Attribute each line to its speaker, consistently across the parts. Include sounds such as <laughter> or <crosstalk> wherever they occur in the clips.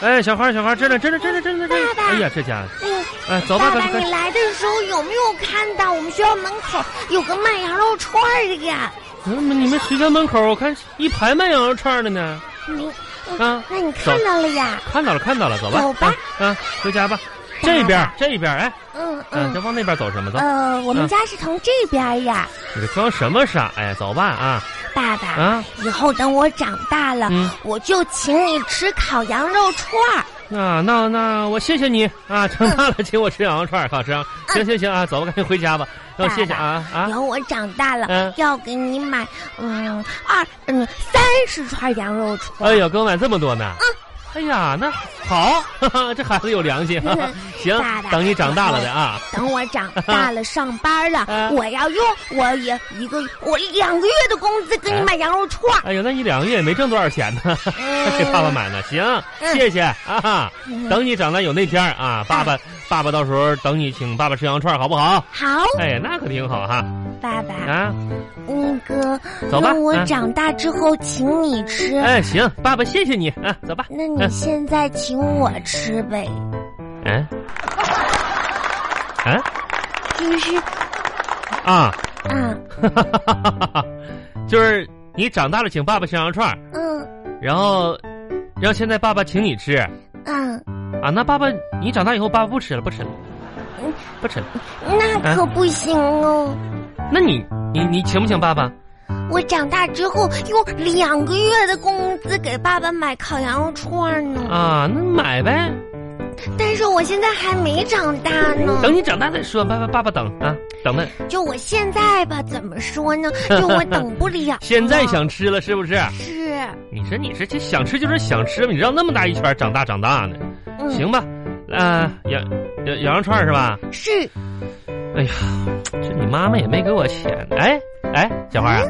Speaker 1: 哎，小花，小花，真的，真的，真的，真的，真的
Speaker 2: 爸，爸
Speaker 1: 哎呀，这家伙，
Speaker 2: 哎呦，
Speaker 1: 哎，走吧，
Speaker 2: 爸
Speaker 1: 咱
Speaker 2: 爸，
Speaker 1: 们
Speaker 2: 你
Speaker 1: 开，
Speaker 2: 来的时候有没有看到我们学校门口有个卖羊肉串儿的呀？
Speaker 1: 嗯，你们学校门口，我看一排卖羊肉串的呢，
Speaker 2: 你，嗯
Speaker 1: 啊，
Speaker 2: 那你看到了呀？
Speaker 1: 看到了，看到了，走吧，
Speaker 2: 走吧
Speaker 1: 啊，啊，回家吧，这边，这边，哎，
Speaker 2: 嗯嗯
Speaker 1: 嗯，这，往那边走什么走？
Speaker 2: 呃，我
Speaker 1: 嗯
Speaker 2: 们家是从这边儿呀，
Speaker 1: 你这装什么傻呀？走吧，啊
Speaker 2: 爸爸。
Speaker 1: 啊，
Speaker 2: 以后等我长大了
Speaker 1: 嗯，
Speaker 2: 我就请你吃烤羊肉串儿。
Speaker 1: 那啊那那，我谢谢你
Speaker 2: 嗯
Speaker 1: 啊，长大了请我吃羊肉串，好吃啊，行行行啊，走吧，赶紧回家吧，要谢谢啊啊
Speaker 2: 以，后我长大
Speaker 1: 嗯
Speaker 2: 了，要给你买嗯二嗯三十串羊肉串。
Speaker 1: 哎呦，给我买这么多呢。
Speaker 2: 嗯
Speaker 1: 哎呀，那好， <laughs> 哈哈，这孩子有良心。哈哈行
Speaker 2: 嗯爸，爸
Speaker 1: 等你长大了的啊。
Speaker 2: 等我长大了上班
Speaker 1: <laughs>
Speaker 2: 了
Speaker 1: 嗯，
Speaker 2: 我要用我也一个我两个月的工资给你买羊肉串。
Speaker 1: <laughs> 哎呦，那一两个月也没挣多少钱呢， <laughs>
Speaker 2: 嗯
Speaker 1: 给爸爸买呢。行，
Speaker 2: 嗯
Speaker 1: 谢谢啊。
Speaker 2: 嗯
Speaker 1: 等你长大有那天儿啊，爸爸，爸爸到时候等你请爸爸吃羊肉串儿，好不好？
Speaker 2: 好，
Speaker 1: 哎，那可挺好哈。
Speaker 2: 爸爸，
Speaker 1: 啊，
Speaker 2: 那个
Speaker 1: 走吧
Speaker 2: 那我
Speaker 1: 嗯
Speaker 2: 长大之后请你吃，
Speaker 1: 哎，行，爸爸谢谢你啊，走吧。
Speaker 2: 那你
Speaker 1: 嗯
Speaker 2: 现在请我吃呗，
Speaker 1: 嗯，嗯
Speaker 2: 就是
Speaker 1: 啊，
Speaker 2: 啊
Speaker 1: <laughs> 哈哈哈哈哈就是你长大了请爸爸吃羊肉串儿，
Speaker 2: 嗯
Speaker 1: 然后，然后现在爸爸请你吃。
Speaker 2: 嗯，
Speaker 1: 啊，那爸爸，你长大以后爸爸不吃了，不吃了
Speaker 2: 嗯，
Speaker 1: 不吃了。
Speaker 2: 那可不行哦。
Speaker 1: 啊那你你你请不请爸爸？
Speaker 2: 我长大之后用两个月的工资给爸爸买烤羊肉串呢，
Speaker 1: 啊，那买呗，
Speaker 2: 但是我现在还没长大呢。
Speaker 1: 等你长大再说。爸爸爸爸等啊，等等。。
Speaker 2: 就我现在吧，怎么说呢？就我等不了
Speaker 1: <laughs>
Speaker 2: 啊
Speaker 1: 现在想吃了是不是？
Speaker 2: 是，
Speaker 1: 你说你是这想吃就是想吃吧，你绕那么大一圈长大长大呢？
Speaker 2: 嗯，
Speaker 1: 行吧，啊，羊羊羊肉串是吧？
Speaker 2: 是
Speaker 1: 哎呀，这你妈妈也没给我钱。哎哎，小花啊，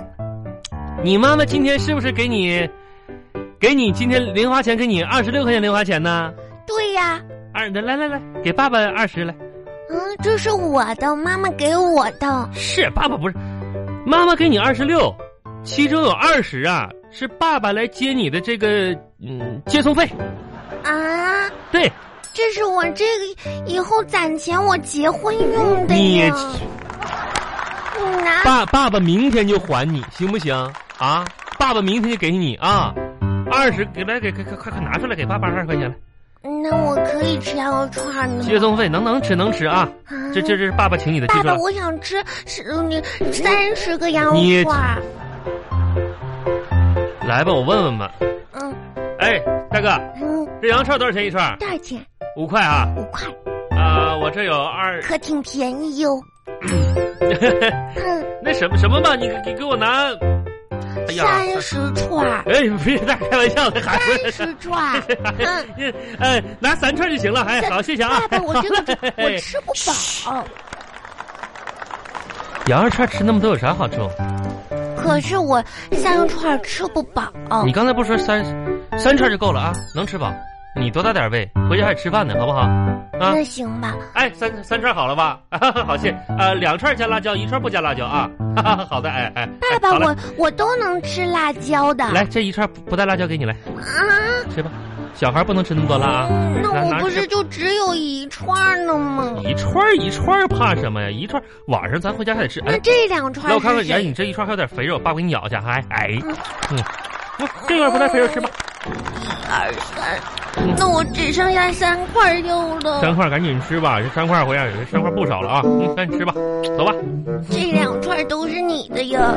Speaker 1: 你妈妈今天是不是给你给你今天零花钱给你二十六块钱零花钱呢？
Speaker 2: 对呀、
Speaker 1: 二，来来来，给爸爸二十来。
Speaker 2: 嗯，这是我的，妈妈给我的。
Speaker 1: 是爸爸不是，妈妈给你二十六，其中有二十啊是爸爸来接你的这个嗯接送费。
Speaker 2: 啊，
Speaker 1: 对，
Speaker 2: 这是我这个以后攒钱我结婚用的
Speaker 1: 你
Speaker 2: 呀。嗯你拿
Speaker 1: 爸爸爸明天就还你，行不行啊？爸爸明天就给你啊，二十给来给给快快快拿出来，给爸爸二十块钱来
Speaker 2: 那我可以吃羊肉串呢吗？
Speaker 1: 接送费，能能吃能吃啊！
Speaker 2: 啊
Speaker 1: 这这这是爸爸请你的，记
Speaker 2: 爸
Speaker 1: 住
Speaker 2: 爸，
Speaker 1: 了。
Speaker 2: 我想吃十你三十个羊
Speaker 1: 你
Speaker 2: 肉串儿。
Speaker 1: 来吧，我问问吧。
Speaker 2: 嗯
Speaker 1: 哎，大哥，
Speaker 2: 嗯，
Speaker 1: 这羊肉串多少钱一串？
Speaker 2: 多少钱？
Speaker 1: 五块啊！
Speaker 2: 五块，
Speaker 1: 啊、我这有二
Speaker 2: 可挺便宜
Speaker 1: <laughs>
Speaker 2: 哟。嗯，
Speaker 1: 那什么什么吧，你给给我拿。哎呀，
Speaker 2: 三十串儿，
Speaker 1: <laughs> 哎，不是在开玩笑的，还
Speaker 2: 三十串儿。
Speaker 1: <laughs>
Speaker 2: 嗯，
Speaker 1: 哎，拿三串就行了。哎，好，谢谢啊哎
Speaker 2: 爸。爸，我这个
Speaker 1: <laughs> 好嘞
Speaker 2: 我吃不饱，
Speaker 1: 羊肉串吃那么多有啥好处？
Speaker 2: 可是我三个串儿吃不饱。
Speaker 1: 你刚才不说三三串就够了啊？能吃饱？你多大点儿胃？回家还得吃饭呢，好不好？啊，
Speaker 2: 那行吧，
Speaker 1: 哎，三三串好了吧？ <laughs> 好谢，呃，两串加辣椒，一串不加辣椒啊。 <laughs> 好的，哎哎，
Speaker 2: 爸
Speaker 1: 哎
Speaker 2: 爸，
Speaker 1: 好嘞
Speaker 2: 我我都能吃辣椒的。
Speaker 1: 来这一串不不带辣椒给你来
Speaker 2: 啊，
Speaker 1: 吃吧，小孩不能吃那么多辣啊。
Speaker 2: 那
Speaker 1: 拿拿
Speaker 2: 我不
Speaker 1: 吃
Speaker 2: 是就只有一串儿呢吗？
Speaker 1: 一串儿一串儿怕什么呀？一串儿晚上咱回家还得吃。哎
Speaker 2: 那，这两串
Speaker 1: 来，我看
Speaker 2: 儿
Speaker 1: 看
Speaker 2: 是，
Speaker 1: 哎，
Speaker 2: 谁？
Speaker 1: 你这一串还有点肥肉，爸给你咬一下，还哎，嗯，嗯这块不带肥肉吃吧，
Speaker 2: 二三，那我只剩下三块儿肉
Speaker 1: 三
Speaker 2: 了。
Speaker 1: 块赶紧吃吧，这三块回来这三块不少了啊，嗯，赶紧吃吧，走吧，
Speaker 2: 这两串儿都是你的呀。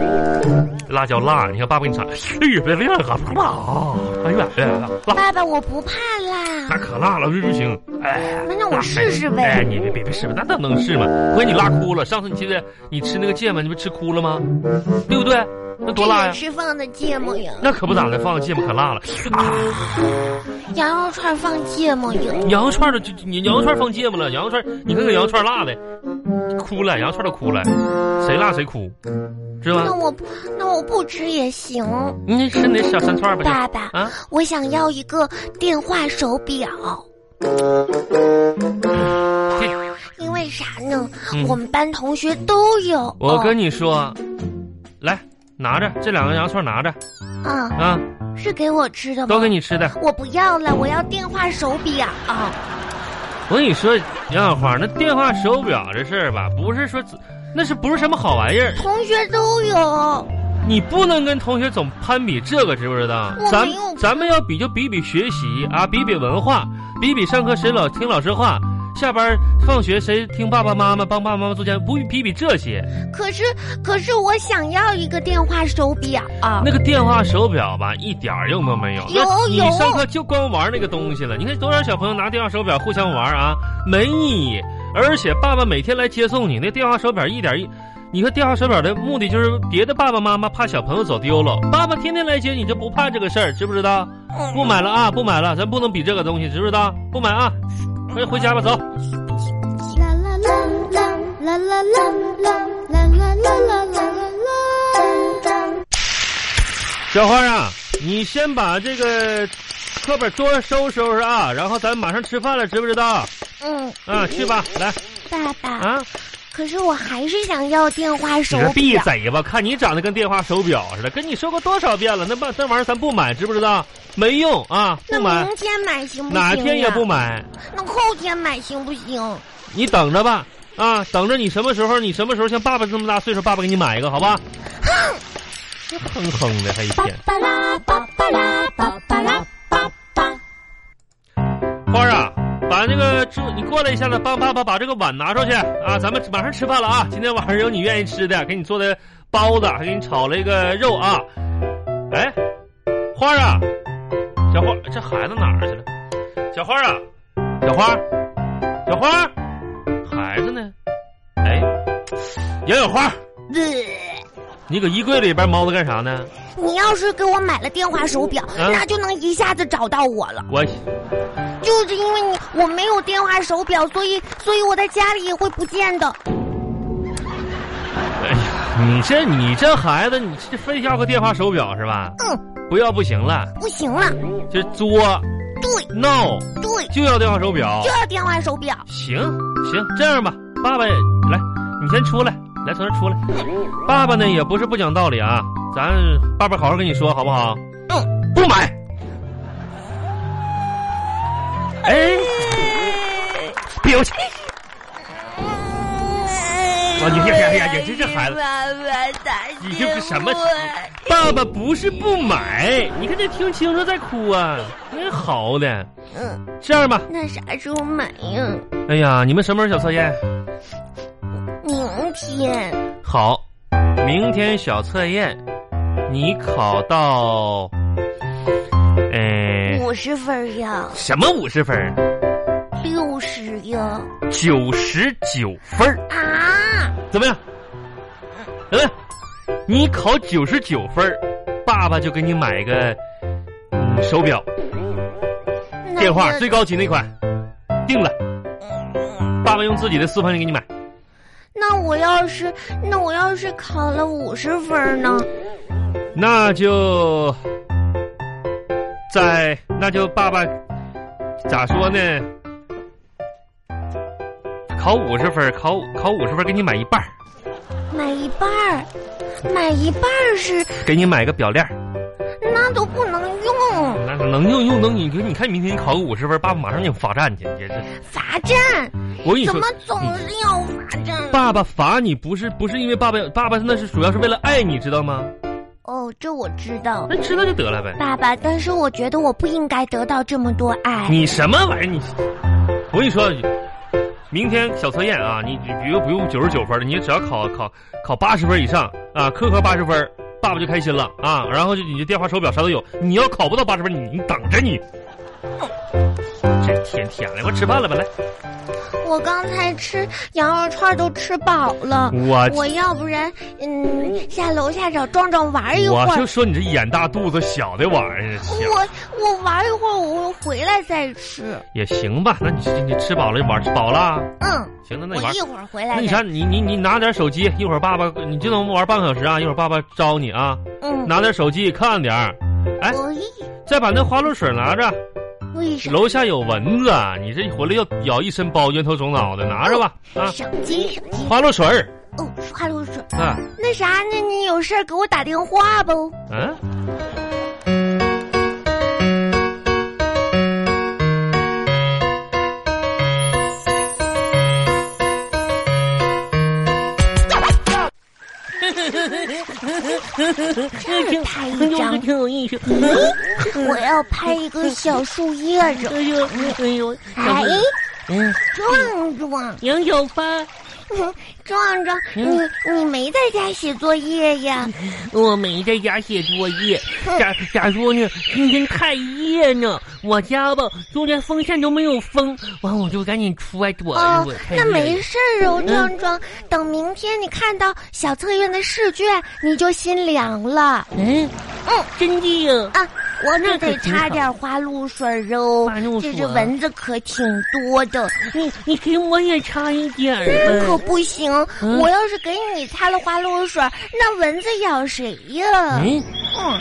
Speaker 1: 辣椒辣，你看爸给你尝，哎呀，别别辣，不辣啊，哎呀，哎呀，辣，
Speaker 2: 爸爸，我不怕
Speaker 1: 那
Speaker 2: 辣。
Speaker 1: 可辣了，这不行，哎，
Speaker 2: 那那我试试呗
Speaker 1: 哎，你别别别试吧，那怎么能试嘛？我给你辣哭了，上次你记得你吃那个芥末，你不吃哭了吗？对不对？那多辣
Speaker 2: 这
Speaker 1: 呀
Speaker 2: 也！是放的芥末呀，
Speaker 1: 那可不咋的，放个芥末可辣了。啊
Speaker 2: 羊肉串放芥末呀。
Speaker 1: 羊肉串的，就你羊肉串放芥末了，羊肉串，你看看羊肉串辣的，哭了，羊肉串都哭了，谁辣谁哭，是吧
Speaker 2: 那？我不，那我不吃也行。
Speaker 1: 你吃那小三串吧，
Speaker 2: 爸爸，
Speaker 1: 啊
Speaker 2: 我想要一个电话手表。因为啥呢？
Speaker 1: 嗯
Speaker 2: 我们班同学都有。
Speaker 1: 我跟你说，来拿着这两个羊肉串拿着
Speaker 2: 啊，
Speaker 1: 啊，
Speaker 2: 是给我吃的吗？
Speaker 1: 都给。你吃的。
Speaker 2: 我不要了，我要电话手表。
Speaker 1: 我跟你说，杨小花，那电话手表这事儿吧，不是说那是不是什么好玩意儿？
Speaker 2: 同学都有，
Speaker 1: 你不能跟同学总攀比这个，知不知道
Speaker 2: 我？
Speaker 1: 咱
Speaker 2: 没有
Speaker 1: 咱们要比就比比学习啊，比比文化，比比上课谁老听老师话，下班放学谁听爸爸妈妈帮爸爸妈妈做家务，不比比这些。
Speaker 2: 可是可是我想要一个电话手表啊！
Speaker 1: 那个电话手表吧，一点儿用都没有。
Speaker 2: 有
Speaker 1: 那你
Speaker 2: 有
Speaker 1: 上课就光玩那个东西了。你看多少小朋友拿电话手表互相玩啊，没意义。而且爸爸每天来接送你，那电话手表一点一，你看电话手表的目的就是别的爸爸妈妈怕小朋友走丢了，爸爸天天来接你就不怕这个事儿，知不知道？
Speaker 2: 嗯
Speaker 1: 不买了啊，不买了，咱不能比这个东西，知不知道？不买啊，快回家吧，走。
Speaker 3: 啦啦啦啦啦啦啦啦啦啦啦啦啦啦啦。
Speaker 1: 小花啊，你先把这个课本桌收拾收拾啊，然后咱马上吃饭了，知不知道？
Speaker 2: 嗯，
Speaker 1: 啊，去吧，来
Speaker 2: 哎爸爸，
Speaker 1: 啊。
Speaker 2: 可是我还是想要电话手
Speaker 1: 你个闭
Speaker 2: 表。
Speaker 1: 嘴吧！看你长得跟电话手表似的，跟你说过多少遍了，那办那玩意儿咱不买，知不知道？没用啊，不
Speaker 2: 那
Speaker 1: 买，
Speaker 2: 明天买行不行、
Speaker 1: 哪天也不。买，
Speaker 2: 那后天买行不行？
Speaker 1: 你等着吧，啊，等着你什么时候，你什么时候像爸爸这么大岁数，爸爸给你买一个，好吧？哼哼的，还一
Speaker 3: 巴
Speaker 1: 天
Speaker 3: 巴拉巴巴拉巴巴拉巴巴。
Speaker 1: 花儿啊，把那个猪，你过来一下子，帮爸爸把这个碗拿出去啊，咱们马上吃饭了啊！今天晚上有你愿意吃的，给你做的包子，还给你炒了一个肉啊。哎，花儿啊，小花，这孩子哪儿去了？小花儿啊，小花儿，小花儿，孩子呢？哎，杨小花儿，
Speaker 2: 呃
Speaker 1: 你搁衣柜里边猫着干啥呢？
Speaker 2: 你要是给我买了电话手表，
Speaker 1: 嗯
Speaker 2: 那就能一下子找到我了。
Speaker 1: 我
Speaker 2: 就是因为你我没有电话手表，所以所以我在家里也会不见的。
Speaker 1: 哎呀，你这你这孩子，你这非要个电话手表是吧？
Speaker 2: 嗯，
Speaker 1: 不要不行了，
Speaker 2: 不行了，
Speaker 1: 这作
Speaker 2: 对
Speaker 1: 闹
Speaker 2: 对，
Speaker 1: 就要电话手表
Speaker 2: 就。要电话手表。
Speaker 1: 行行，这样吧，爸爸也来，你先出来，来从这儿出来。爸爸呢也不是不讲道理啊，咱爸爸好好跟你说好不好？
Speaker 2: 嗯，
Speaker 1: 不买。哎，嗯别我去！
Speaker 2: 哇
Speaker 1: 啊你别别别别这孩子你这是什么爸爸不是不买，你看这听清楚再哭啊，真好的。
Speaker 2: 嗯，
Speaker 1: 这样吧，
Speaker 2: 那啥时候买呀？
Speaker 1: 哎呀，你们什么时候小测验？
Speaker 2: 明天。
Speaker 1: 好，明天小测验，你考到，哎，
Speaker 2: 五十分呀，
Speaker 1: 什么五十分儿？
Speaker 2: 六十呀，
Speaker 1: 九十九分儿，
Speaker 2: 啊，
Speaker 1: 怎么样？怎么样？你考九十九分儿，爸爸就给你买个嗯手表、
Speaker 2: 那嗯
Speaker 1: 电话
Speaker 2: 就
Speaker 1: 最高级那款，定了。爸爸用自己的私房钱给你买，
Speaker 2: 那我要是那我要是考了五十分呢？
Speaker 1: 那就在那就爸爸咋说呢？考五十分儿，考考五十分儿给你买一半儿，
Speaker 2: 买一半儿，买一半儿是
Speaker 1: 给你买个表链儿。
Speaker 2: 那都不能用，
Speaker 1: 那能用用能你你看明天你考个五十分，爸爸马上就罚站去，你这是
Speaker 2: 罚站
Speaker 1: 我跟你
Speaker 2: 怎
Speaker 1: 说
Speaker 2: 么，总是要罚站？
Speaker 1: 爸爸罚你不是不是因为爸爸爸爸那是主要是为了爱你知道吗？
Speaker 2: 哦，这我知道，
Speaker 1: 那知道就得了呗。
Speaker 2: 爸爸，但是我觉得我不应该得到这么多爱。
Speaker 1: 你什么玩意儿你？我跟你说，明天小测验啊，你你不用不用九十九分的，你只要考考考八十分以上啊，科科八十分，爸爸就开心了啊。然后就你的电话、手表啥都有。你要考不到八十分，你你等着你。这天天的，我吃饭了吧？来，
Speaker 2: 我刚才吃羊肉串都吃饱了，
Speaker 1: 我
Speaker 2: 我要不然嗯下楼下找壮壮玩一会
Speaker 1: 我就
Speaker 2: 儿。
Speaker 1: 说你这眼大肚子小的玩意儿，小
Speaker 2: 我我玩一会儿，我回来再吃。
Speaker 1: 也行吧？那你吃你吃饱了玩吃饱了，
Speaker 2: 嗯，
Speaker 1: 行，那那
Speaker 2: 我
Speaker 1: 你玩
Speaker 2: 一。会儿回
Speaker 1: 那
Speaker 2: 来
Speaker 1: 你
Speaker 2: 再。
Speaker 1: 啥？你你你拿点手机，一会儿爸爸你就能玩半个小时啊！一会儿爸爸招你啊，
Speaker 2: 嗯，
Speaker 1: 拿点手机看点儿，哎
Speaker 2: 我一
Speaker 1: 再把那花露水拿着。
Speaker 2: 为什么？
Speaker 1: 楼下有蚊子，你这回来要咬一身包，冤头肿脑的，拿着吧啊！
Speaker 2: 手机手机
Speaker 1: 花露水儿
Speaker 2: 哦，花露水。
Speaker 1: 啊，
Speaker 2: 那啥，那你有事儿给我打电话不？
Speaker 1: 嗯、
Speaker 2: 这儿拍一张，
Speaker 4: 挺有意思。
Speaker 2: 我要拍一个小树叶子。
Speaker 4: 哎呦，哎呦，
Speaker 2: 哎，
Speaker 4: 嗯，
Speaker 2: 壮壮，
Speaker 4: 杨小发，
Speaker 2: <laughs> 壮壮，你
Speaker 4: 嗯
Speaker 2: 你没在家写作业呀？
Speaker 4: 我没在家写作业，咋咋说呢？今天太夜呢，我家吧，就连风扇都没有风，完我就赶紧出来躲一
Speaker 2: 哦
Speaker 4: 躲。，太
Speaker 2: 那
Speaker 4: 热
Speaker 2: 没
Speaker 4: 了
Speaker 2: 事儿
Speaker 4: 嗯
Speaker 2: 哦，壮壮。等明天你看到小测验的试卷，你就心凉了。
Speaker 4: 嗯
Speaker 2: 嗯
Speaker 4: 真的呀，
Speaker 2: 啊，我可
Speaker 4: 这
Speaker 2: 得
Speaker 4: 可挺
Speaker 2: 差
Speaker 4: 好
Speaker 2: 点花露水哦
Speaker 4: 花露，
Speaker 2: 这
Speaker 4: 水啊
Speaker 2: 只蚊子可挺多的。
Speaker 4: 你你给我也插一点儿
Speaker 2: 可
Speaker 4: 吧。
Speaker 2: 不行，
Speaker 4: 嗯
Speaker 2: 我要是给你擦了花露水，那蚊子咬谁呀？
Speaker 4: 嗯，
Speaker 2: 嗯，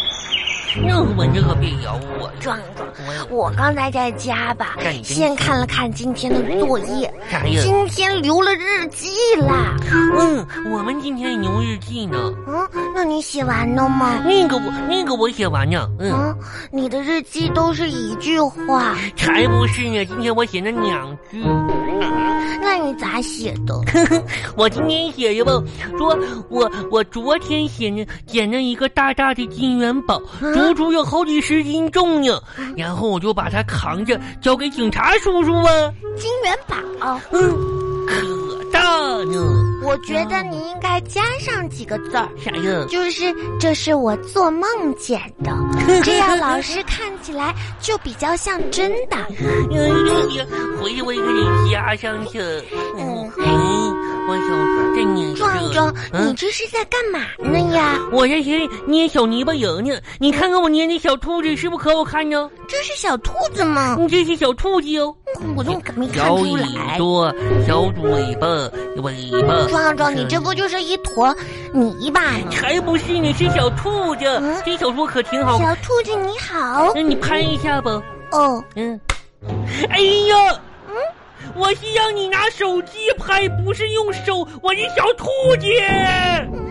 Speaker 4: 那蚊子可别咬我呀！
Speaker 2: 壮壮，
Speaker 4: 我
Speaker 2: 我刚才在家吧
Speaker 4: 那你，真
Speaker 2: 先看了看今天的作业，
Speaker 4: 啥呀？
Speaker 2: 今天留了日记啦。
Speaker 4: 嗯，我们今天牛日记呢，
Speaker 2: 嗯，那你写完了吗？
Speaker 4: 那个我那个我写完呢，嗯，
Speaker 2: 嗯，你的日记都是一句话，
Speaker 4: 才不是呢，今天我写了两句，
Speaker 2: 那你咋写的？
Speaker 4: 我今天写的吧，说我我昨天写呢，捡了一个大大的金元宝，
Speaker 2: 嗯
Speaker 4: 足足有好几十斤重呢，然后我就把它扛着交给警察叔叔啊，
Speaker 2: 金元宝，
Speaker 4: 嗯，可大呢，
Speaker 2: 我觉得你应该加上几个字儿。
Speaker 4: 啥呀？
Speaker 2: 就是这是我做梦捡 <laughs> 的，这
Speaker 4: <laughs>
Speaker 2: 样老师看起来就比较像真的。
Speaker 4: 呀，哎回去我也得加上去。嗯，我想这你
Speaker 2: 壮壮，你
Speaker 4: 嗯，
Speaker 2: 这是在干嘛呢呀？
Speaker 4: 我这是捏小泥巴人呢。你看看我捏的小兔子是不是可好看呢？
Speaker 2: 这是小兔子吗？
Speaker 4: 你这是小兔子哟，
Speaker 2: 我都没看
Speaker 4: 小
Speaker 2: 出
Speaker 4: 尾
Speaker 2: 来。
Speaker 4: 巴、小尾巴、尾巴。
Speaker 2: 壮壮，你这不就是一坨泥巴吗？
Speaker 4: 才不是呢，是小兔子。
Speaker 2: 嗯
Speaker 4: 这小说可挺好，嗯
Speaker 2: 小兔子你好，
Speaker 4: 那你拍一下吧。
Speaker 2: 哦，
Speaker 4: 嗯，哎呀，我是让你拿手机拍，不是用手，我是小兔子。